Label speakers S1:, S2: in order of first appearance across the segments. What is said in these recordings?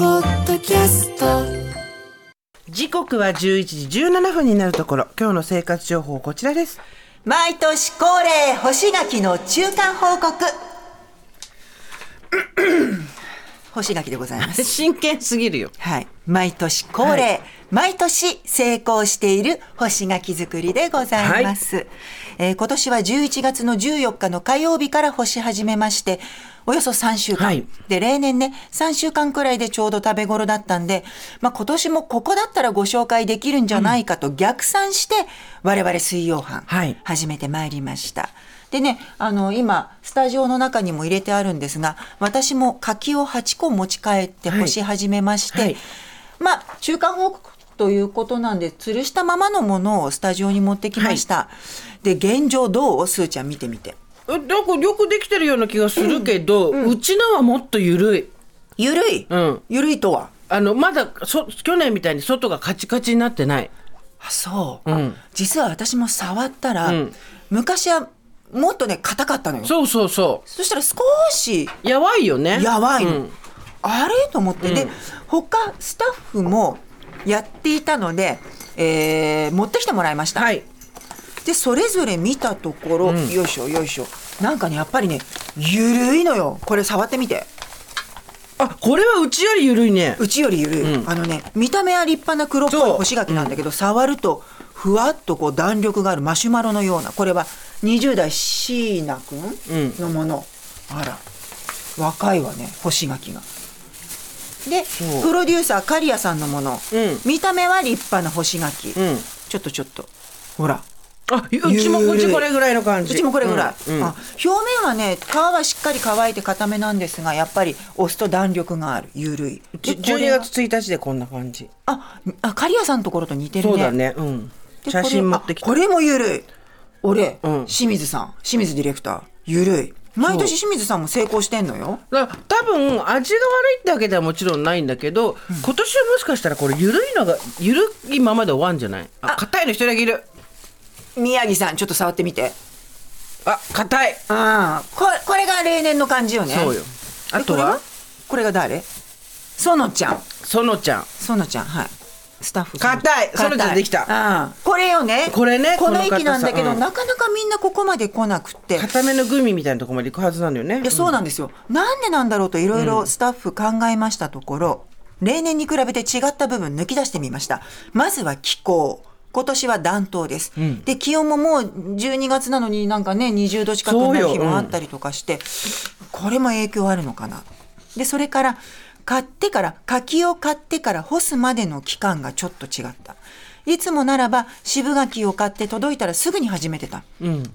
S1: キャスト
S2: 時刻は11時17分になるところ今日の生活情報こちら です
S3: 毎年恒例干し柿の中間報告 干し柿でございます
S2: 真剣すぎるよ
S3: はい毎年恒例、
S2: はい
S3: 毎年成功している干し柿作りでございます、えー今年は11月の14日の火曜日から干し始めましておよそ3週間、
S2: はい
S3: で例年ね3週間くらいでちょうど食べ頃だったんで、まあ、今年もここだったらご紹介できるんじゃないかと逆算して我々水曜班、
S2: はい
S3: 始めてまいりました。でね、あの今スタジオの中にも入れてあるんですが私も柿を8個持ち帰って
S2: はい
S3: 干し始めまして、
S2: はい
S3: まあ中間報告ということなんで吊るしたままのものをスタジオに持ってきました、で現状どうすーちゃん見てみて
S2: なんかよくできてるような気がするけど、うちのはもっと緩い
S3: ゆるい、
S2: うん
S3: ゆるいとは
S2: あのまだそ去年みたいに外がカチカチになってない
S3: あそう、
S2: うん
S3: 実は私も触ったら、
S2: うん
S3: 昔はもっとね硬かったのよ
S2: そうそうそ
S3: そしたら少し
S2: うやばいよね
S3: やばいの、
S2: うん
S3: あれと思って、で他スタッフもやっていたので、えー持ってきてもらいました、
S2: はい
S3: でそれぞれ見たところ、よいしょよいしょなんかねやっぱりねゆるいのよこれ触ってみて
S2: あこれはうちより緩いね
S3: うちよりゆるい、あのね見た目は立派な黒っぽい
S2: そう
S3: 干し柿なんだけど、触るとふわっとこう弾力があるマシュマロのようなこれは20代椎名くんのもの、あら若いわね干し柿が。で
S2: そう
S3: プロデューサー刈谷さんのもの、
S2: うん
S3: 見た目は立派な干し柿、
S2: うん
S3: ちょっとちょっとほら
S2: あうちも
S3: ゆる
S2: う
S3: い
S2: ちこれぐらいの感じ
S3: うちもこれぐらい、
S2: うんうん
S3: あ表面はね皮はしっかり乾いて固めなんですがやっぱり押すと弾力があるゆるい
S2: じゅ
S3: でこれ
S2: 12
S3: は
S2: 月1日でこんな感じ
S3: ああ刈谷さんのところと似てるね
S2: そうだねうん
S3: で
S2: 写真持ってきた
S3: これあこれもゆるい俺、
S2: うん
S3: 清水さん清水ディレクターゆるい毎年清水さんも成功してんのよ
S2: だから多分味が悪いってわけではもちろんないんだけど、今年はもしかしたらこれ緩いのが緩いままで終わんじゃないあ硬いの一人だけいる
S3: 宮城さんちょっと触ってみて
S2: あ硬い
S3: ああこれこれが例年の感じよね
S2: そうよあとは
S3: でこれはこれが誰園ちゃん
S2: 園ちゃん
S3: 園ちゃんはいスタッフ
S2: 硬い園ちゃんできた
S3: うんこれよね
S2: これね
S3: こ
S2: こ
S3: の
S2: の硬さ
S3: 域なんだけど、
S2: うん
S3: なかなかみんなここまで来なくって
S2: 硬めのグミみたいなとこまで行くはずなんだよね
S3: いやそうなんですよ、なんでなんだろうといろいろスタッフ考えましたところ、例年に比べて違った部分抜き出してみましたまずは気候今年は暖冬です、で気温ももう12月なのになんかね20度近く
S2: そう
S3: な
S2: よ
S3: る日もあったりとかして、これも影響あるのかなでそれから買ってから柿を買ってから干すまでの期間がちょっと違ったいつもならば渋柿を買って届いたらすぐに始めてた、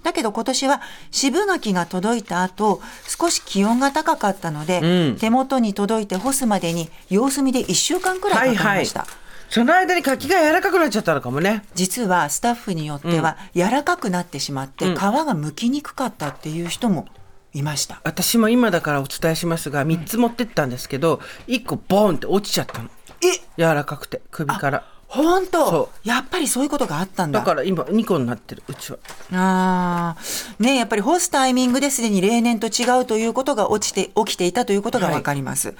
S3: だけど今年は渋柿が届いた後少し気温が高かったので、
S2: うん
S3: 手元に届いて干すまでに様子見で1週間くらいかかりました、
S2: その間に柿が柔らかくなっちゃったのかもね
S3: 実はスタッフによっては柔らかくなってしまって皮が剥きにくかったっていう人もいました、
S2: 私も今だからお伝えしますが3つ持ってったんですけど1個ボンって落ちちゃったの
S3: え
S2: 柔らかくて首から
S3: 本
S2: そ
S3: 当やっぱりそういうことがあったんだ
S2: だから今2個になってるうちは
S3: あーねやっぱり干すタイミングですでに例年と違うということが落ちて起きていたということがわかります、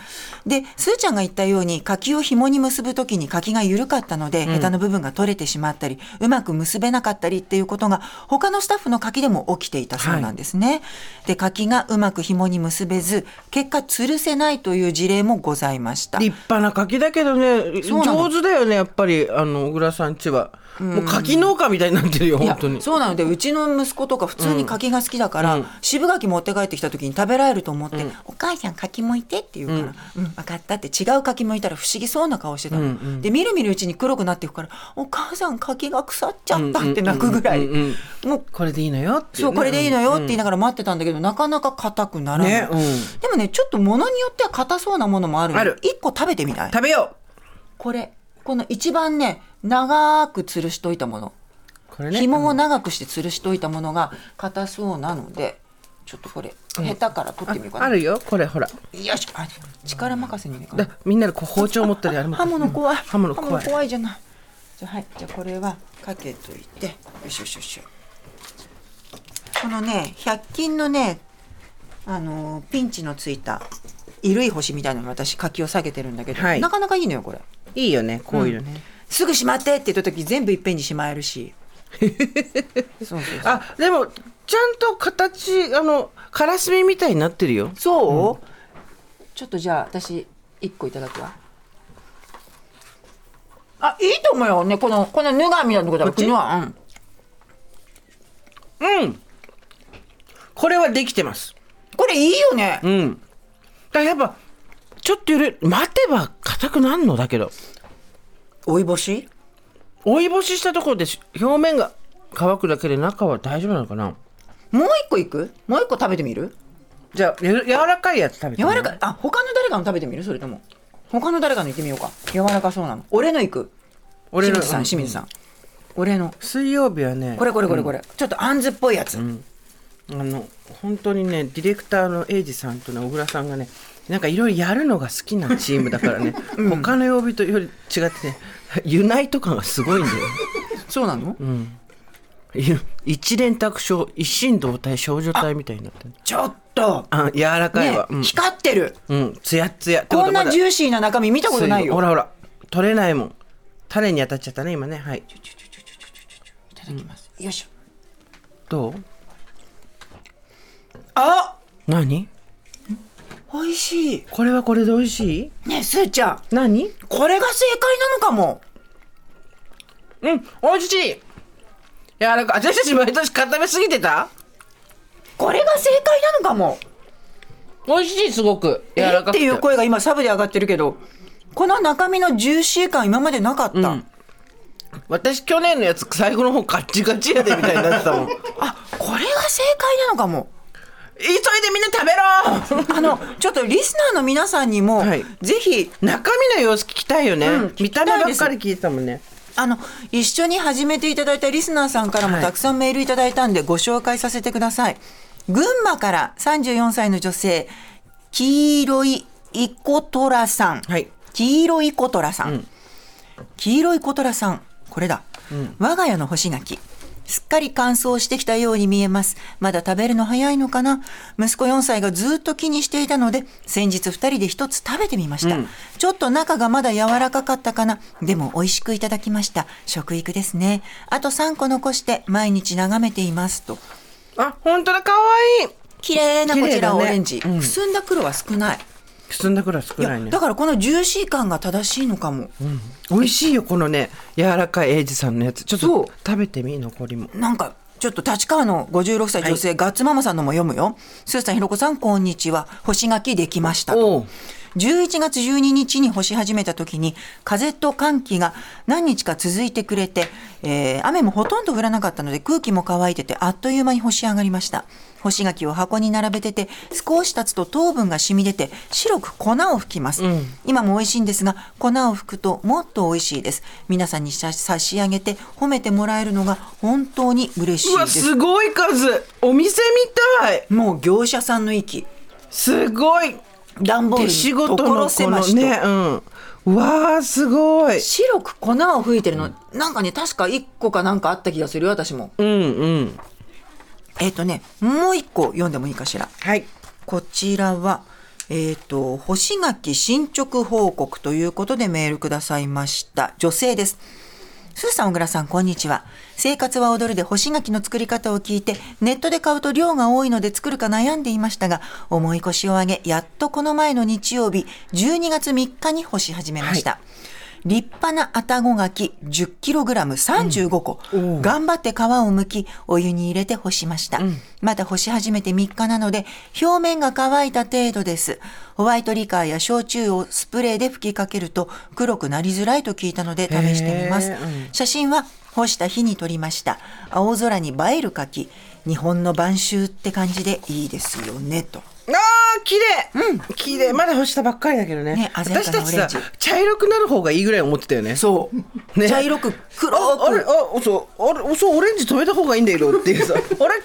S3: でスーちゃんが言ったように柿を紐に結ぶときに柿が緩かったので、ヘタの部分が取れてしまったりうまく結べなかったりっていうことが他のスタッフの柿でも起きていたそうなんですね、で柿がうまく紐に結べず結果吊るせないという事例もございました
S2: 立派な柿だけどね
S3: そうなの
S2: 上手だよねやっぱりあの小倉さんちはもう柿農家みたいになってるよ
S3: いや
S2: 本当に
S3: そうなのでうちの息子とか普通に柿が好きだから、渋柿持って帰ってきた時に食べられると思って「お母さん柿むいて」って言うから「うん、分かった」って違う柿むいたら不思議そうな顔してたの、でみるみるうちに黒くなっていくから「お母さん柿が腐っちゃった」って泣くぐらい、
S2: うんうんうん
S3: もう
S2: これでいいのよってい
S3: そう
S2: ね、
S3: うこれでいいのよって言いながら待ってたんだけど、なかなか硬くならない、
S2: ねうん
S3: でもねちょっと物によっては硬そうなものもあるの
S2: ある
S3: 一個食べてみない
S2: 食べよ
S3: これこの一番ね長く吊るしといたもの
S2: うこれね
S3: 紐を長くして吊るしといたものが硬そうなのでちょっとこれヘタから取ってみようかな、
S2: あるよこれほら
S3: よしあ力任せにね
S2: だみんなでこう包丁持ってるや
S3: あ
S2: る
S3: 刃物怖い
S2: 刃物怖い
S3: じゃないじゃあはいじゃあこれはかけといてよしよしよしよこのね100均のねあのーピンチのついた衣類干しみたいなのに私柿を下げてるんだけど、
S2: はい
S3: なかなかいいのよこれ
S2: いいよねこういうのね、
S3: すぐしまってって言った時全部いっぺんにしまえ るしそうそうそう
S2: あでもちゃんと形あのカラスミみたいになってるよ
S3: そう、ちょっとじゃあ私一個いただくわあいいと思うよねこのこのぬがみのとこだ
S2: こっち
S3: ぬがうん
S2: うんこれはできてます
S3: これいいよね、
S2: うんだからやっぱちょっとゆる待てば硬くなるのだけど
S3: 追い干し
S2: 追い干ししたところでし表面が乾くだけで中は大丈夫なのかな
S3: もう一個いくもう一個食べてみる
S2: じゃあゆ柔らかいやつ食べて
S3: 柔
S2: みよう
S3: らかいあ他の誰かの食べてみるそれとも他の誰かの行ってみようか柔らかそうなの俺のいく
S2: 俺の
S3: 清水さん清水さん、俺の
S2: 水曜日はね
S3: これこれこれこれ、ちょっとあんずっぽいやつ、
S2: あの本当にねディレクターの英二さんとね小倉さんがねなんかいろいろやるのが好きなチームだから ね、他の曜日とより違ってねユナイト感がすごいんだよ
S3: そうなの、
S2: い 一連卓勝一心同体少女体みたいになってる
S3: ちょっと
S2: あ柔らかい
S3: ね
S2: わ、、
S3: 光ってる
S2: うん、うん、ツヤッツヤ
S3: こんなジ
S2: ュ
S3: ューシーな中身見たことないよ
S2: ほらほら取れないもん種に当たっちゃったね今ねはい
S3: いただきます、よいしょ
S2: どう
S3: あ
S2: 何
S3: 美味しい
S2: これはこれで美味しい
S3: ねえすーちゃん
S2: 何
S3: これが正解なのかも
S2: うん美味しい柔らかい私たち毎年固めすぎてた
S3: これが正解なのかも
S2: 美味しいすごく柔
S3: え
S2: ら
S3: っ
S2: かく
S3: て
S2: て
S3: いう声が今サブで上がってるけどこの中身のジューシー感今までなかった、
S2: ん私去年のやつ最後の方カッチカチやでみたいになってた もん急い
S3: あこれが正解なのかも
S2: でみんな食べろ
S3: あのちょっとリスナーの皆さんにも、
S2: はい
S3: ぜひ
S2: 中身の様子聞きたいよね、
S3: うん
S2: 見た目ばっかり聞いてたもんね
S3: あの一緒に始めていただいたリスナーさんからも
S2: はい
S3: たくさんメールいただいたんでご紹介させてください、群馬から34歳の女性黄色いイコトラさん、
S2: はい
S3: 黄色いコトラさん、
S2: うん
S3: 黄色いコトラさんこれだ、我が家の干し柿すっかり乾燥してきたように見えますまだ食べるの早いのかな息子4歳がずっと気にしていたので先日2人で1つ食べてみました、
S2: うん
S3: ちょっと中がまだ柔らかかったかなでも美味しくいただきました食育ですねあと3個残して毎日眺めていますと
S2: あ本当だ可愛い
S3: 綺麗なこちら
S2: 綺麗だね
S3: オレンジ、
S2: うん
S3: くすんだ黒は少ない
S2: くすんだくらい少
S3: い
S2: な
S3: や
S2: いね
S3: だからこのジューシー感が正しいのかも、
S2: 美味しいよこのね柔らかいエイジさんのやつちょっ
S3: そう
S2: と食べてみ残りも
S3: なんか、ちょっと立川の56歳女性、ガッツママさんのも読むよ。スーさん、ひろこさん、こんにちは。干し柿できましたと。
S2: おう
S3: 11月12日に干し始めた時に、風と寒気が何日か続いてくれて、えー雨もほとんど降らなかったので空気も乾いてて、あっという間に干し上がりました。干し柿を箱に並べてて、少し経つと糖分が染み出て、白く粉を吹きます。今も美味しいんですが、粉を吹くともっと美味しいです。皆さんに差し上げて褒めてもらえるのが本当に嬉し
S2: う
S3: いで
S2: わ
S3: す。
S2: すごい数お店みたい
S3: もう業者さんの息。
S2: すごい
S3: 段ボール
S2: 手
S3: に
S2: 仕事
S3: 所
S2: のこ
S3: 狭
S2: の
S3: しと
S2: ねうんうわーすごい
S3: 白く粉を吹いてるの、なんかね確か1個かなんかあった気がするよ私も
S2: うんうん
S3: えっ、とねもう1個読んでもいいかしら
S2: はい
S3: こちらはえっ、と干し柿進捗報告ということでメールくださいました女性ですスーさん、小倉さん、こんにちは。生活は踊るで干し柿の作り方を聞いて、ネットで買うと量が多いので作るか悩んでいましたが、重い腰を上げ、やっとこの前の日曜日、12月3日に干し始めました。立派なあたご柿 10kg35 個、頑張って皮を剥き、お湯に入れて干しました。まだ干し始めて3日なので、表面が乾いた程度です。ホワイトリカーや焼酎をスプレーで吹きかけると黒くなりづらいと聞いたので試してみます
S2: へーうん。
S3: 写真は干した日に撮りました青空に映える柿日本の晩秋って感じでいいですよねと
S2: あー綺麗うん綺麗まだ干したばっかりだけどね
S3: ね鮮や
S2: 私
S3: かな
S2: た
S3: オレン
S2: ち
S3: ジ
S2: さ茶色くなる方がいいぐらい思ってたよね
S3: そう、
S2: ね
S3: 茶色く黒
S2: ああれ
S3: く
S2: あそうあれそうオレンジ止めた方がいいんだけどっていう さあれ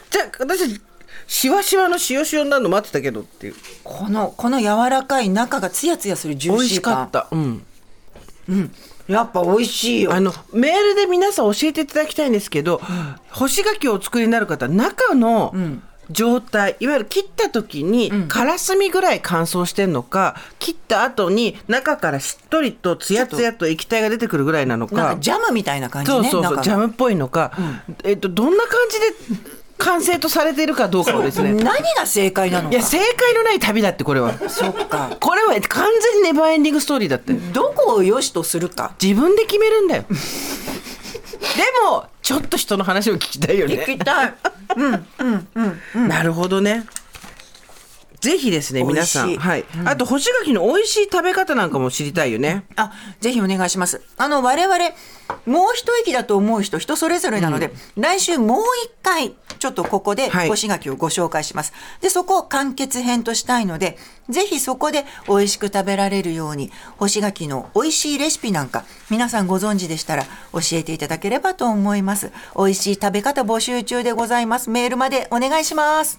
S2: じゃ私たちシワシワの塩塩になるの待ってたけどっていう
S3: このこの柔らかい中がツヤツヤするジ
S2: 美
S3: ュー
S2: 味
S3: シ
S2: し
S3: ー感
S2: かったうん
S3: やっぱ美味しいよ
S2: あのメールで皆さん教えていただきたいんですけど、干し柿をお作りになる方中の、状態いわゆる切った時にからすみぐらい乾燥してんのか、切った後に中からしっとりとツヤツヤと液体が出てくるぐらいなの
S3: なん
S2: か
S3: かジャムみたいな感じ
S2: そう
S3: ね。
S2: そうそうジャ
S3: ム。
S2: ムっぽいのか、えっと、どんな感じで完成とされているかどうかをですね
S3: 何が正解なの
S2: いや
S3: か。
S2: 正解のない旅だってこれは
S3: そっか。
S2: これは完全にネバーエンディングストーリーだって
S3: どこを良しとするか。
S2: 自分で決めるんだよでもちょっと人の話を聞きたいよね
S3: たい。
S2: なるほどね。ぜひですね、
S3: 美味
S2: 皆
S3: しい
S2: さん。はい。あと、干し柿の美味しい食べ方なんかも知りたいよね。
S3: あ、ぜひお願いします。あの、我々、もう一息だと思う人、人それぞれなので、来週もう一回、ちょっとここで、
S2: はい
S3: 干し柿をご紹介します。で、そこを完結編としたいので、ぜひそこで美味しく食べられるように、干し柿の美味しいレシピなんか、皆さんご存知でしたら、教えていただければと思います。美味しい食べ方募集中でございます。メールまでお願いします。